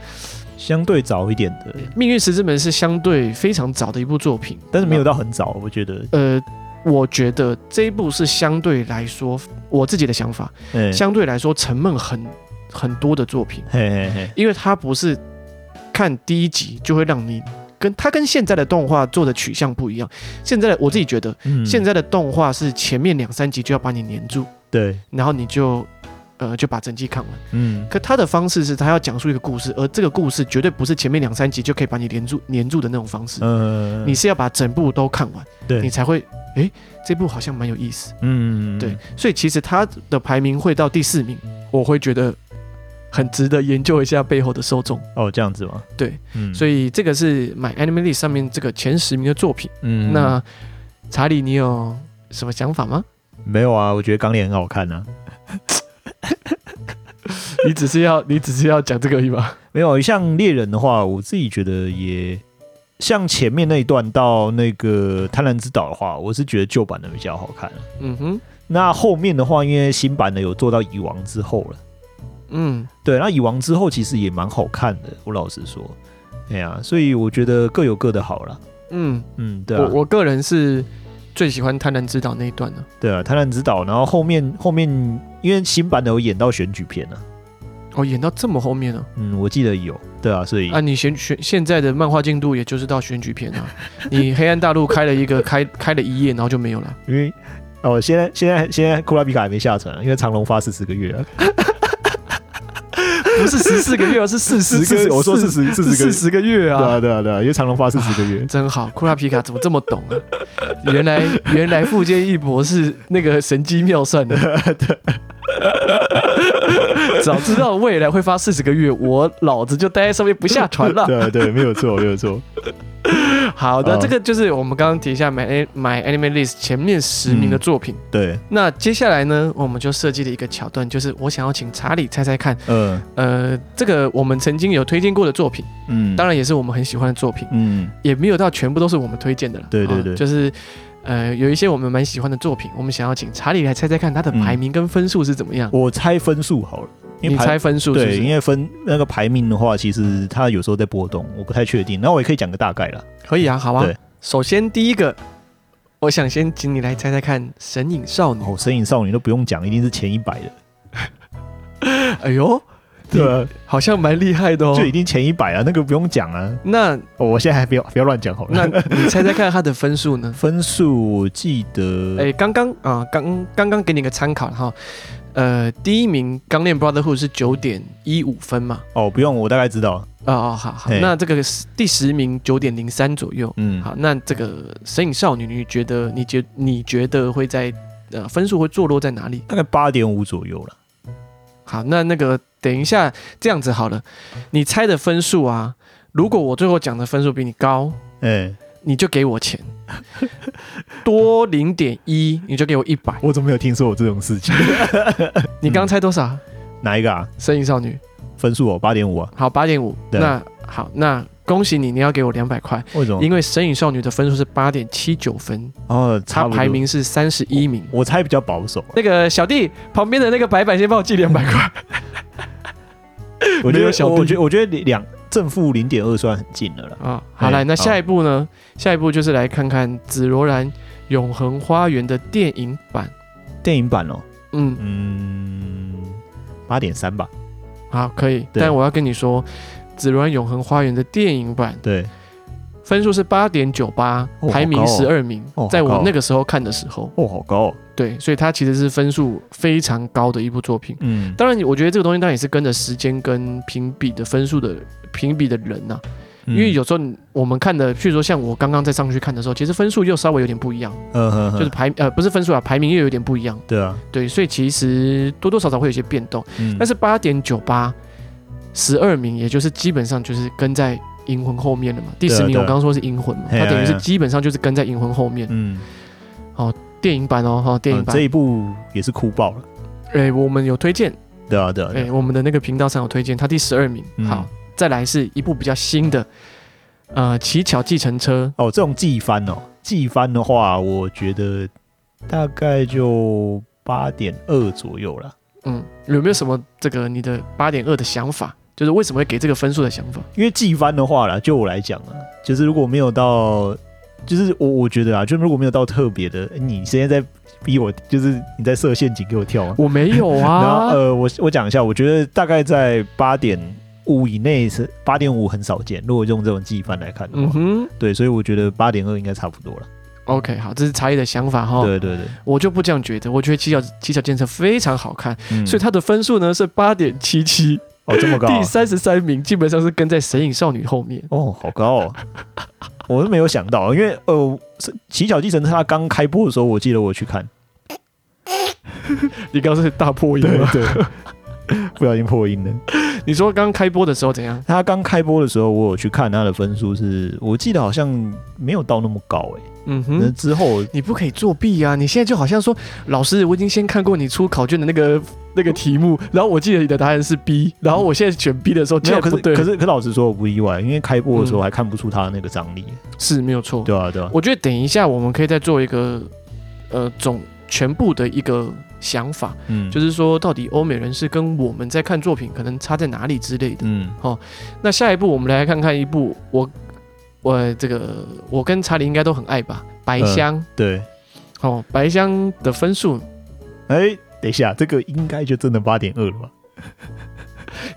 Speaker 2: 相对早一点的，
Speaker 1: 《命运石之门》是相对非常早的一部作品，
Speaker 2: 但是没有到很早，我觉得，
Speaker 1: 呃，我觉得这一部是相对来说，我自己的想法，
Speaker 2: 嗯，
Speaker 1: 相对来说沉闷很很多的作品，
Speaker 2: 嘿嘿嘿，
Speaker 1: 因为它不是看第一集就会让你跟它跟现在的动画做的取向不一样。现在的我自己觉得，
Speaker 2: 嗯
Speaker 1: 现在的动画是前面两三集就要把你黏住，
Speaker 2: 对，
Speaker 1: 然后你就。呃，就把整季看完。
Speaker 2: 嗯
Speaker 1: 可他的方式是他要讲述一个故事，而这个故事绝对不是前面两三集就可以把你连住、黏住的那种方式。
Speaker 2: 嗯，
Speaker 1: 你是要把整部都看完，
Speaker 2: 对
Speaker 1: 你才会诶，这部好像蛮有意思。
Speaker 2: 嗯
Speaker 1: 对，所以其实它的排名会到第四名，我会觉得很值得研究一下背后的受众。
Speaker 2: 哦这样子嘛，
Speaker 1: 对，
Speaker 2: 嗯，
Speaker 1: 所
Speaker 2: 以
Speaker 1: 以这个是 My Anime List 上面这个前十名的作品。
Speaker 2: 嗯
Speaker 1: 那查理，你有什么想法吗？
Speaker 2: 没有啊，我觉得钢炼很好看啊，
Speaker 1: 你只是要你 只是要讲这个而已吗？
Speaker 2: 没有，啊像猎人的话，我自己觉得也像前面那一段到那个贪婪之岛的话，我是觉得旧版的比较好看。啊
Speaker 1: 嗯哼，
Speaker 2: 那后面的话，因为新版的有做到蚁王之后了，
Speaker 1: 嗯，
Speaker 2: 对，那蚁王之后其实也蛮好看的，我老实说，哎呀、所以我觉得各有各的好啦。
Speaker 1: 嗯，
Speaker 2: 嗯，对啊
Speaker 1: 我，我个人是最喜欢贪婪之岛那一段的。
Speaker 2: 对啊，贪婪之岛，然后后面后面因为新版的有演到选举片啊，
Speaker 1: 哦，演到这么后面了、
Speaker 2: 嗯，我记得有，对啊，所以、
Speaker 1: 啊，你选选现在的漫画进度也就是到选举 片啊，你黑暗大陆开了一个开开了一页，然后就没有了。
Speaker 2: 因为哦，现在现在现在库拉比卡还没下船啊，因为长龙发四十个月啊。
Speaker 1: 不是十四个月哦，是四
Speaker 2: 十
Speaker 1: 十
Speaker 2: 个，
Speaker 1: 个，
Speaker 2: 我说是十，是十
Speaker 1: 四
Speaker 2: 个
Speaker 1: 十个月
Speaker 2: 对
Speaker 1: 啊。。
Speaker 2: 啊，对啊，对啊，因为长隆发四十个月
Speaker 1: 真好，库拉皮卡怎么这么懂啊？原来 原来富坚义博是那个神机妙算 的，早知道未来会发四十个月，我老子就待在上面不 下船了。
Speaker 2: 对啊对，没有错，没有错。
Speaker 1: 好的，
Speaker 2: 嗯
Speaker 1: 这个就是我们刚刚提一下买 A 买 Anime List 前面十名的
Speaker 2: 嗯
Speaker 1: 作品。
Speaker 2: 对，
Speaker 1: 那接下来呢，我们就设计了一个桥段，就是我想要请查理猜猜看，
Speaker 2: 嗯
Speaker 1: 呃，这个我们曾经有推荐过的作品，
Speaker 2: 嗯，
Speaker 1: 当
Speaker 2: 然，
Speaker 1: 然也是我们很喜欢的作品，
Speaker 2: 嗯
Speaker 1: 也没有到全部都是我们推荐的了。
Speaker 2: 对对
Speaker 1: 啊
Speaker 2: 对
Speaker 1: 就是呃，有一些我们蛮喜欢的作品，我们想要请查理来猜猜看它的排名跟分数是怎么样。
Speaker 2: 我猜分数好了，因为
Speaker 1: 你
Speaker 2: 排
Speaker 1: 猜分数是不
Speaker 2: 对，因
Speaker 1: 是？
Speaker 2: 为分那个排名的话，其实它有时候在波动，我不太确定。那我也可以讲个大概啦。
Speaker 1: 可以啊，好啊
Speaker 2: 对。
Speaker 1: 首先第一个，我想先请你来猜猜看《神隐少女》
Speaker 2: 哦，《神隐少女》都不用讲，一定是前一百的。
Speaker 1: 哎呦，
Speaker 2: 对啊，
Speaker 1: 好像蛮厉害的哦
Speaker 2: 就。已经前一百了，那个不用讲啊。
Speaker 1: 那
Speaker 2: 哦我现在还不要不要乱讲好了。？
Speaker 1: 那你猜猜看他的分数呢
Speaker 2: 分数我记得，
Speaker 1: 哎，刚刚啊，刚刚刚给你个参考哈。呃，第一名《钢炼 Brotherhood》是九点一五分嘛？
Speaker 2: 哦，不用，我大概知道。
Speaker 1: 哦哦，好好，
Speaker 2: 嘿
Speaker 1: 那这个是第十名九点零三左右。
Speaker 2: 嗯，
Speaker 1: 好，那这个《神隐少女》，你觉得你觉你觉得会在呃分数会坐落在哪里？
Speaker 2: 大概八点五左右了。
Speaker 1: 好，那那个等一下这样子好了，你猜的分数啊，如果我最后讲的分数比你高，
Speaker 2: 哎、
Speaker 1: 你就给我钱，多零点一你就给我一百。
Speaker 2: 我怎么没有听说有这种事情？
Speaker 1: 你刚猜多少？
Speaker 2: 哪一个啊？
Speaker 1: 神隐少女，
Speaker 2: 分数哦，八点五啊？
Speaker 1: 好，八点五。
Speaker 2: 对哦
Speaker 1: 那好，那恭喜你，你要给我两百块，
Speaker 2: 为什么？
Speaker 1: 因为神隐少女的分数是八点七九分，
Speaker 2: 哦，
Speaker 1: 她
Speaker 2: 差不多
Speaker 1: 排，名是三十一名。
Speaker 2: 我猜比较保守。啊
Speaker 1: 那个小弟旁边的那个白板先帮我寄两百块。
Speaker 2: 我
Speaker 1: 没
Speaker 2: 觉
Speaker 1: 有
Speaker 2: 得，
Speaker 1: 小
Speaker 2: 我
Speaker 1: 弟
Speaker 2: 觉得，我觉得两正负零点二算很近了啦。
Speaker 1: 啊、好
Speaker 2: 哎
Speaker 1: 来，那
Speaker 2: 好
Speaker 1: 下一步呢？下一步就是来看看紫罗兰《永恒花园》的电影版。
Speaker 2: 电影版哦，
Speaker 1: 嗯，
Speaker 2: 嗯，八点三吧。
Speaker 1: 好，可以。
Speaker 2: 对
Speaker 1: 但我要跟你说，紫罗兰《永恒花园》的电影版
Speaker 2: 对，
Speaker 1: 分数是八点九八
Speaker 2: 哦，
Speaker 1: 排名
Speaker 2: 好高哦
Speaker 1: 十二名、
Speaker 2: 哦好
Speaker 1: 在
Speaker 2: 高哦
Speaker 1: 我那个时候看的时候，
Speaker 2: 哦，好高、哦。
Speaker 1: 对，所以它其实是分数非常高的一部作品。
Speaker 2: 嗯，
Speaker 1: 当然，我觉得这个东西当然也是跟着时间跟评比的分数的评比的人呐、
Speaker 2: 嗯
Speaker 1: 因为有时候你我们看的，譬如说像我刚刚在上去看的时候，其实分数又稍微有点不一样，
Speaker 2: 嗯，呃呵
Speaker 1: 就是排呃不是分数啊，排名又有点不一样，
Speaker 2: 对啊，
Speaker 1: 对，所以其实多多少少会有一些变动。
Speaker 2: 嗯，
Speaker 1: 但
Speaker 2: 是
Speaker 1: 是八点九八，十二名，也就是基本上就是跟在银魂后面的嘛。第
Speaker 2: 对啊
Speaker 1: 十名
Speaker 2: 对啊
Speaker 1: 我刚刚说是银魂嘛，
Speaker 2: 嘿
Speaker 1: 它
Speaker 2: 啊
Speaker 1: 等于
Speaker 2: 嘿
Speaker 1: 是
Speaker 2: 啊
Speaker 1: 基本上就是跟在银魂后面。
Speaker 2: 嗯，
Speaker 1: 电影版哦，哈，电影
Speaker 2: 嗯
Speaker 1: 版
Speaker 2: 这，一部也是哭爆了。
Speaker 1: 哎，我们有推荐，
Speaker 2: 对啊，对啊，对
Speaker 1: 哎，
Speaker 2: 啊
Speaker 1: 我们的那个频道上有推荐，它第十二名。
Speaker 2: 嗯
Speaker 1: 好，再来是一部比较新的，呃，《乞巧计程车
Speaker 2: 哦，这种季番哦，季番的话，我觉得大概就八点二左右了。》，
Speaker 1: 嗯，有没有什么这个你的八点二的想法？就是为什么会给这个分数的想法？
Speaker 2: 因为季番的话啦，就我来讲啊，就是如果没有到，就是我我觉得啊，就如果没有到特别的，你现在在逼我，就是你在设陷阱给我跳啊。
Speaker 1: 我没有
Speaker 2: 然后
Speaker 1: 啊，
Speaker 2: 呃，我我讲一下，我觉得大概在八点五以内是八点五很少见，如果用这种季番来看的话，
Speaker 1: 嗯哼
Speaker 2: 对，所以我觉得八点二应该差不多了。
Speaker 1: ，OK，好，这是茶叶的想法哈。
Speaker 2: 对对对，
Speaker 1: 我就不这样觉得，我觉得七小七小健身非常好看，
Speaker 2: 嗯
Speaker 1: 所以它的分数呢是八点七七，
Speaker 2: 哦这么高啊、
Speaker 1: 第三十三名，基本上是跟在《神隐少女》后面。
Speaker 2: 哦，好高哦！ 我是没有想到，因为呃，是《乞巧计程车》它刚开播的时候，我记得我去看，
Speaker 1: 你刚刚是大破音吗？
Speaker 2: 对， 不小心破音了。
Speaker 1: 你说刚开播的时候怎样？
Speaker 2: 它刚开播的时候，我有去看它的分数是，我记得好像没有到那么高哎、
Speaker 1: 嗯
Speaker 2: 那、
Speaker 1: 哼，
Speaker 2: 之后
Speaker 1: 你不可以作弊啊！你现在就好像说，老师，我已经先看过你出考卷的那个那个题目，然后我记得你的答案是 B，然后我现在选 B 的时候，
Speaker 2: 没有，
Speaker 1: 竟然
Speaker 2: 可是
Speaker 1: 不对，
Speaker 2: 可是可是老实说，我不意外，因为开播的时候
Speaker 1: 嗯
Speaker 2: 还看不出它那个张力、
Speaker 1: 是没有错。
Speaker 2: 对啊，对啊，
Speaker 1: 我觉得等一下我们可以再做一个呃总全部的一个想法。
Speaker 2: 嗯，
Speaker 1: 就是是说到底欧美人士跟我们在看作品可能差在哪里之类的。
Speaker 2: 嗯，
Speaker 1: 那下一步我们来看看一部我我这个我跟查理应该都很爱吧，《白箱》
Speaker 2: 对，
Speaker 1: 哦，《白箱》的分数，
Speaker 2: 哎、等一下，这个应该就真的八点二了吧？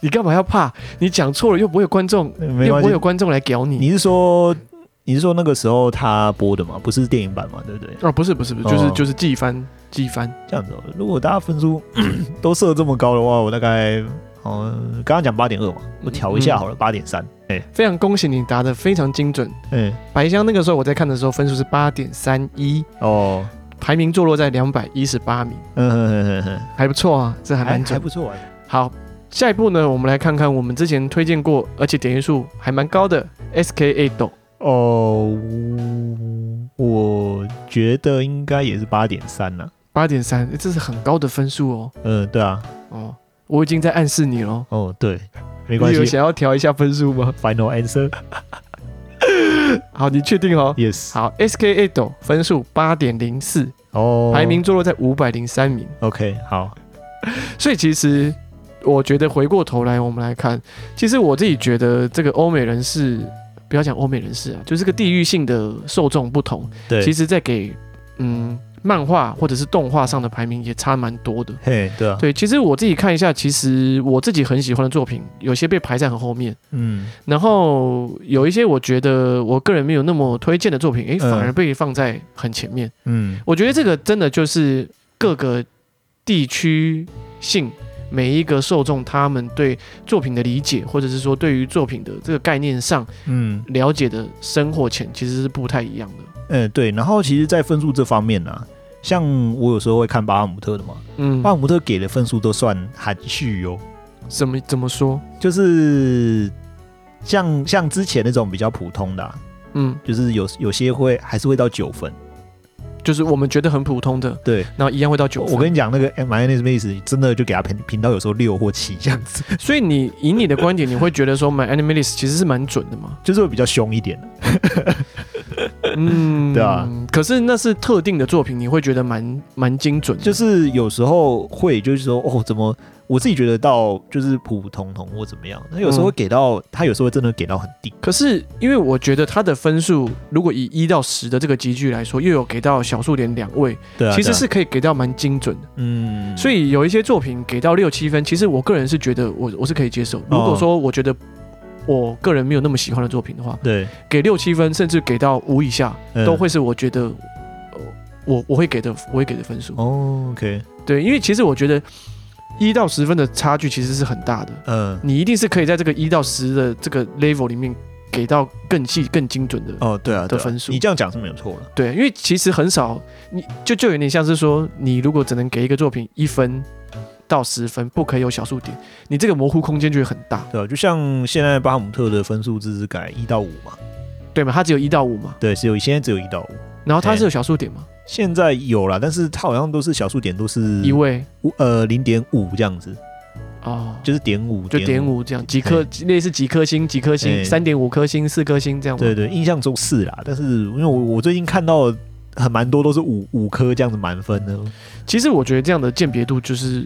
Speaker 1: 你干嘛要怕？你讲错了又不会有观众，
Speaker 2: 呃没
Speaker 1: 又
Speaker 2: 关
Speaker 1: 不
Speaker 2: 系
Speaker 1: 会有，观众来屌你。
Speaker 2: 你是说你是说那个时候它播的嘛？不是电影版嘛？对不对？
Speaker 1: 哦，不是不是不是，就是
Speaker 2: 哦
Speaker 1: 就是季番季番。
Speaker 2: 这样子、哦，如果大家分数 都设这么高的话，我大概，嗯，刚刚讲八点二嘛，我调一
Speaker 1: 嗯
Speaker 2: 下好了，八点三。哎
Speaker 1: 非常恭喜你答的非常精准。
Speaker 2: 哎
Speaker 1: 白箱那个时候我在看的时候分数是八点三一，
Speaker 2: 哦，
Speaker 1: 排名坐落在两百一十八名，
Speaker 2: 嗯哼哼哼哼，
Speaker 1: 还不错啊，这还
Speaker 2: 还
Speaker 1: 蛮准
Speaker 2: 还。不错啊。
Speaker 1: 好，下一步呢，我们来看看我们之前推荐过，而且点击数还蛮高的 SKA 斗。
Speaker 2: 哦，我觉得应该也是八点三了。
Speaker 1: 八点三，这是很高的分数哦。
Speaker 2: 嗯，对啊，
Speaker 1: 哦，我已经在暗示你了。
Speaker 2: 哦对，没
Speaker 1: 没
Speaker 2: 关
Speaker 1: 你有
Speaker 2: 系
Speaker 1: 想要调一下分数吗？
Speaker 2: ，Final answer
Speaker 1: 好，你确定哦？
Speaker 2: yes。
Speaker 1: 好，SKA 斗分数八点零四，
Speaker 2: 哦，
Speaker 1: 排名坐落在五百零三名。
Speaker 2: OK，好，
Speaker 1: 所以其实我觉得回过头来，我们来看，其实我自己觉得这个欧美人士，不要讲欧美人士啊，就是这个地域性的受众不同，
Speaker 2: 对，
Speaker 1: 其
Speaker 2: 实
Speaker 1: 实在给嗯漫画或者是动画上的排名也差蛮多的。
Speaker 2: 嘿，对啊，
Speaker 1: 对，其实我自己看一下，其实我自己很喜欢的作品，有些被排在很后面，
Speaker 2: 嗯，
Speaker 1: 然后有一些我觉得我个人没有那么推荐的作品，诶，反而被放在很前面。
Speaker 2: 嗯
Speaker 1: 我觉得这个真的就是各个地区性每一个受众他们对作品的理解，或者是说对于作品的这个概念上
Speaker 2: 嗯，
Speaker 1: 了解的深或浅，其实是不太一样的。
Speaker 2: 呃，对。然后其实，在分数这方面呢、啊，像我有时候会看巴哈姆特的嘛，
Speaker 1: 嗯
Speaker 2: 巴，哈姆特给的分数都算含蓄哦，
Speaker 1: 怎么怎么说？
Speaker 2: 就是像像之前那种比较普通的啊、
Speaker 1: 嗯，
Speaker 2: 就是有有些会还是会到九分。
Speaker 1: 就是我们觉得很普通的，
Speaker 2: 对，
Speaker 1: 然后一样会到九
Speaker 2: 我
Speaker 1: 分。
Speaker 2: 我跟你讲，那个 M I N S 意思真的就给他评评到有时候六或七这样子，
Speaker 1: 所以你以你的观点，你会觉得说买 Animalist 其实是蛮准的嘛？
Speaker 2: 就是会比较凶一点。
Speaker 1: 嗯，
Speaker 2: 对啊。
Speaker 1: 可是那是特定的作品，你会觉得蛮蛮精准的。
Speaker 2: 就是有时候会，就是说哦，怎么我自己觉得到就是普普通通或怎么样，那有时候会给到、他有时候会真的给到很低。
Speaker 1: 可是因为我觉得它的分数，如果以一到十的这个集距来说，又有给到小数点两位，
Speaker 2: 对啊
Speaker 1: 其实是可以给到蛮精准的。
Speaker 2: 嗯，
Speaker 1: 所以有一些作品给到六七分，其实我个人是觉得我我是可以接受。
Speaker 2: 哦
Speaker 1: 如果说我觉得我个人没有那么喜欢的作品的话，
Speaker 2: 对、
Speaker 1: 给六七分甚至给到五以下，
Speaker 2: 嗯
Speaker 1: 都会是我觉得呃我我会给的我会给的分数。
Speaker 2: 哦 OK，
Speaker 1: 对，因为其实我觉得一到十分的差距其实是很大的，
Speaker 2: 嗯、
Speaker 1: 你一定是可以在这个一到十的这个 level 里面给到更细、更精准的。
Speaker 2: 哦对啊
Speaker 1: 的
Speaker 2: 对啊
Speaker 1: 分数
Speaker 2: 你这样讲是没有错了。
Speaker 1: 对，因为其实很少，你就就有点像是说，你如果只能给一个作品一分到十分，不可以有小数点，你这个模糊空间就会很大，
Speaker 2: 对啊，就像现在巴姆特的分数制是改一到五嘛，
Speaker 1: 对吗？它只有一到五嘛，
Speaker 2: 对，只有现在只有一到五，
Speaker 1: 然后它是有小数点嘛，
Speaker 2: 现在有啦，但是它好像都是小数点都是
Speaker 1: 一位
Speaker 2: 五呃零点五这样子，
Speaker 1: 哦，
Speaker 2: 就是点五
Speaker 1: 就点
Speaker 2: 五。
Speaker 1: 五这样，几颗类似几颗星、几颗星、
Speaker 2: 哎
Speaker 1: 三点五颗星、四颗星这样吗？
Speaker 2: 对对，印象中是啦，但是因为我我最近看到很蛮多都是五五颗这样子满分的，
Speaker 1: 其实我觉得这样的鉴别度就是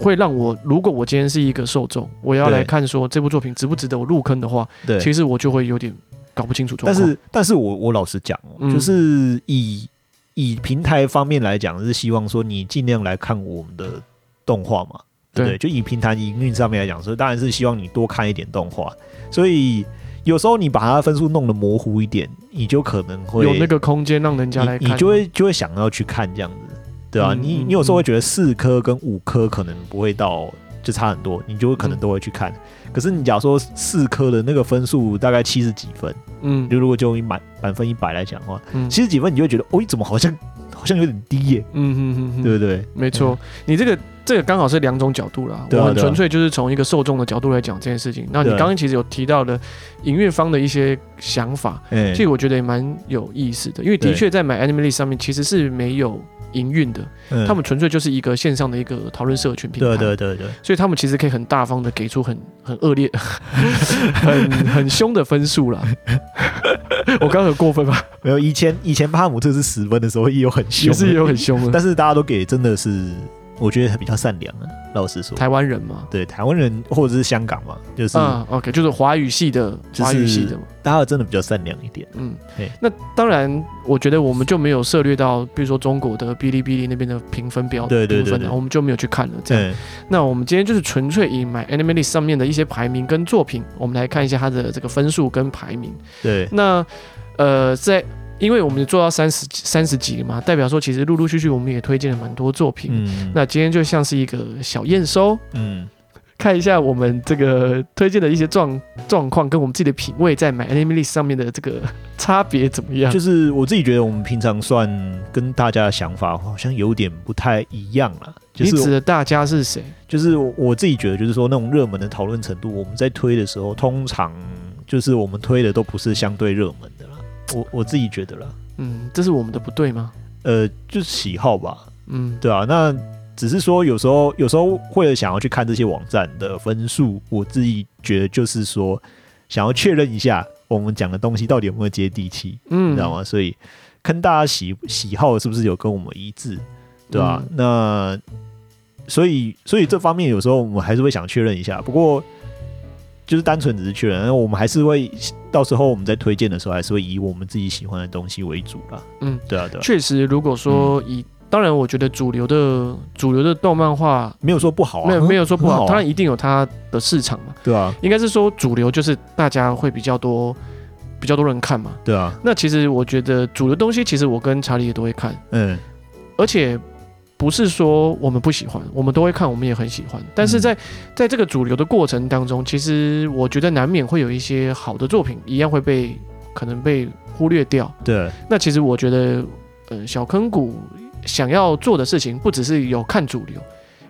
Speaker 1: 会让我，如果我今天是一个受众，我要
Speaker 2: 对
Speaker 1: 来看说这部作品值不值得我入坑的话，
Speaker 2: 对。
Speaker 1: 其实我就会有点搞不清楚状
Speaker 2: 但
Speaker 1: 况。
Speaker 2: 是但是我我老实讲、哦，
Speaker 1: 嗯
Speaker 2: 就是以以平台方面来讲，是希望说你尽量来看我们的动画嘛，对不
Speaker 1: 对
Speaker 2: 对？就以平台营运上面来讲，所以当然是希望你多看一点动画，所以。有时候你把它分数弄得模糊一点，你就可能会
Speaker 1: 有那个空间让人家来
Speaker 2: 你
Speaker 1: 看，
Speaker 2: 你就会就会想要去看这样子，对啊，
Speaker 1: 嗯
Speaker 2: 你
Speaker 1: 嗯
Speaker 2: 你有时候会觉得四颗跟五颗可能不会到就差很多，你就会可能都会去看。可是你假如说四颗的那个分数大概七十几分，
Speaker 1: 嗯
Speaker 2: 就如果就以满满分一百来讲的话，
Speaker 1: 嗯
Speaker 2: 七十几分你就会觉得，哦，怎么好像好像有点低耶，
Speaker 1: 嗯嗯嗯嗯，
Speaker 2: 对不对？
Speaker 1: 没错，你这个这个刚好是两种角度啦。
Speaker 2: 对啊
Speaker 1: 我很
Speaker 2: 对啊
Speaker 1: 纯粹就是从一个受众的角度来讲这件事情。那你
Speaker 2: 对啊
Speaker 1: 刚刚其实有提到的音乐方的一些想法，
Speaker 2: 哎
Speaker 1: 这个我觉得也蛮有意思的，因为的
Speaker 2: 对
Speaker 1: 确在买 Animalist 上面其实是没有营运的，
Speaker 2: 嗯
Speaker 1: 他们纯粹就是一个线上的一个讨论社群平台。
Speaker 2: 对对对对，
Speaker 1: 所以他们其实可以很大方的给出很很恶 劣、很很凶的分数啦。我刚刚有过分吧？
Speaker 2: 没有以前以前巴哈姆特是十分的时候也有很
Speaker 1: 也
Speaker 2: 凶，
Speaker 1: 是有很凶的
Speaker 2: 但是大家都给真的是我觉得比较善良啊，老实说，
Speaker 1: 台湾人嘛。
Speaker 2: 对台湾人或者是香港嘛，就是
Speaker 1: 啊、o k 就是华语系的，
Speaker 2: 就是
Speaker 1: 华语系的嘛，
Speaker 2: 大家真的比较善良一点。
Speaker 1: 嗯
Speaker 2: 嘿，
Speaker 1: 那当然，我觉得我们就没有涉猎到，比如说中国的哔哩哔哩那边的评分标
Speaker 2: 对对对
Speaker 1: 评分啊
Speaker 2: 对
Speaker 1: 我们就没有去看了。这样，
Speaker 2: 对，
Speaker 1: 那我们今天就是纯粹以买 Animalist 上面的一些排名跟作品，我们来看一下它的这个分数跟排名。
Speaker 2: 对，
Speaker 1: 那呃，在因为我们做到三十三十集了嘛，代表说其实陆陆续续我们也推荐了蛮多作品。
Speaker 2: 嗯，
Speaker 1: 那今天就像是一个小验收，
Speaker 2: 嗯，
Speaker 1: 看一下我们这个推荐的一些状状况，跟我们自己的品味在买 Anime List 上面的这个差别怎么样？
Speaker 2: 就是我自己觉得我们平常算跟大家的想法好像有点不太一样啦。就
Speaker 1: 你指
Speaker 2: 是
Speaker 1: 的大家是谁？
Speaker 2: 就是我我自己觉得，就是说那种热门的讨论程度，我们在推的时候，通常就是我们推的都不是相对热门的啦。我我自己觉得啦，
Speaker 1: 嗯，这是我们的不对吗？
Speaker 2: 呃，就是喜好吧，
Speaker 1: 嗯，
Speaker 2: 对啊，那只是说有时候有时候会想要去看这些网站的分数，我自己觉得就是说想要确认一下我们讲的东西到底有没有接地气，
Speaker 1: 嗯，
Speaker 2: 你知道吗？所以看大家喜喜好是不是有跟我们一致，对啊，
Speaker 1: 嗯
Speaker 2: 那所以所以这方面有时候我们还是会想确认一下，不过。就是单纯只是确认，那我们还是会到时候我们在推荐的时候，还是会以我们自己喜欢的东西为主啦。
Speaker 1: 嗯，
Speaker 2: 对啊，对啊，
Speaker 1: 确实，如果说以当然，我觉得主流的主流的动漫画
Speaker 2: 没有说不好啊，
Speaker 1: 没有
Speaker 2: 很
Speaker 1: 没有说不
Speaker 2: 很
Speaker 1: 好，
Speaker 2: 啊
Speaker 1: 当然一定有它的市场嘛。
Speaker 2: 对啊，
Speaker 1: 应该是说主流就是大家会比较多比较多人看嘛。
Speaker 2: 对啊，
Speaker 1: 那其实我觉得主流东西，其实我跟查理也都会看，
Speaker 2: 嗯，
Speaker 1: 而且不是说我们不喜欢，我们都会看，我们也很喜欢。但是在、在这个主流的过程当中，其实我觉得难免会有一些好的作品一样会被可能被忽略掉。
Speaker 2: 对，
Speaker 1: 那其实我觉得，呃，小坑谷想要做的事情，不只是有看主流，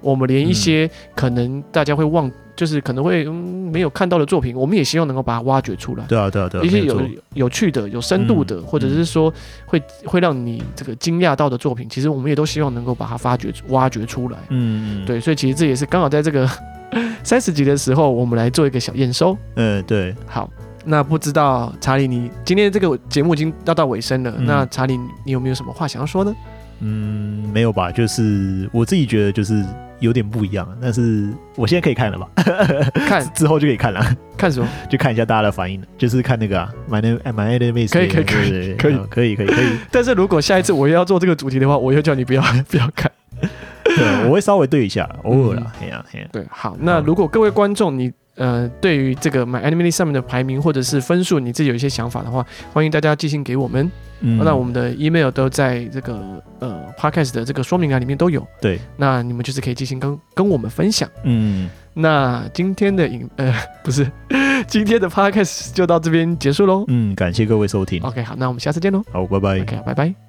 Speaker 1: 我们连一些可能大家会忘，就是可能会、嗯、没有看到的作品，我们也希望能够把它挖掘出来。
Speaker 2: 对啊，对啊，对啊，
Speaker 1: 一些
Speaker 2: 没
Speaker 1: 有
Speaker 2: 错
Speaker 1: 有趣的、有深度的，
Speaker 2: 嗯
Speaker 1: 或者是说会会让你这个惊讶到的作品，其实我们也都希望能够把它发掘、挖掘出来。
Speaker 2: 嗯，嗯，
Speaker 1: 对，所以其实这也是刚好在这个 三十集的时候，我们来做一个小验收。
Speaker 2: 嗯，对，
Speaker 1: 好，那不知道查理你，今天这个节目已经要到尾声了，
Speaker 2: 嗯
Speaker 1: 那查理你有没有什么话想要说呢？
Speaker 2: 嗯，没有吧？就是我自己觉得就是有点不一样，但是我现在可以看了吧？
Speaker 1: 看
Speaker 2: 之后就可以看了，
Speaker 1: 看什么？
Speaker 2: 就看一下大家的反应了，就是看那个啊，My Name My Name Is
Speaker 1: 可以可以
Speaker 2: 对对对
Speaker 1: 可以
Speaker 2: 嗯可以可以可以，
Speaker 1: 但是如果下一次我又要做这个主题的话，我又叫你不要 不要看。
Speaker 2: 对，我会稍微对一下，偶尔啦，
Speaker 1: 嗯
Speaker 2: 嘿呀嘿呀，啊
Speaker 1: 对，好，那如果各位观众你呃对于这个 My Anime 上面的排名或者是分数，你自己有一些想法的话，欢迎大家寄信给我们。
Speaker 2: 嗯
Speaker 1: 那我们的 email 都在这个呃 podcast 的这个说明栏里面都有。
Speaker 2: 对，
Speaker 1: 那你们就是可以寄信跟跟我们分享。
Speaker 2: 嗯，
Speaker 1: 那今天的影呃 不是今天的 podcast 就到这边结束喽。
Speaker 2: 嗯，感谢各位收听，哎
Speaker 1: OK，好，那我们下次见喽。
Speaker 2: 好，拜拜。
Speaker 1: OK，拜拜。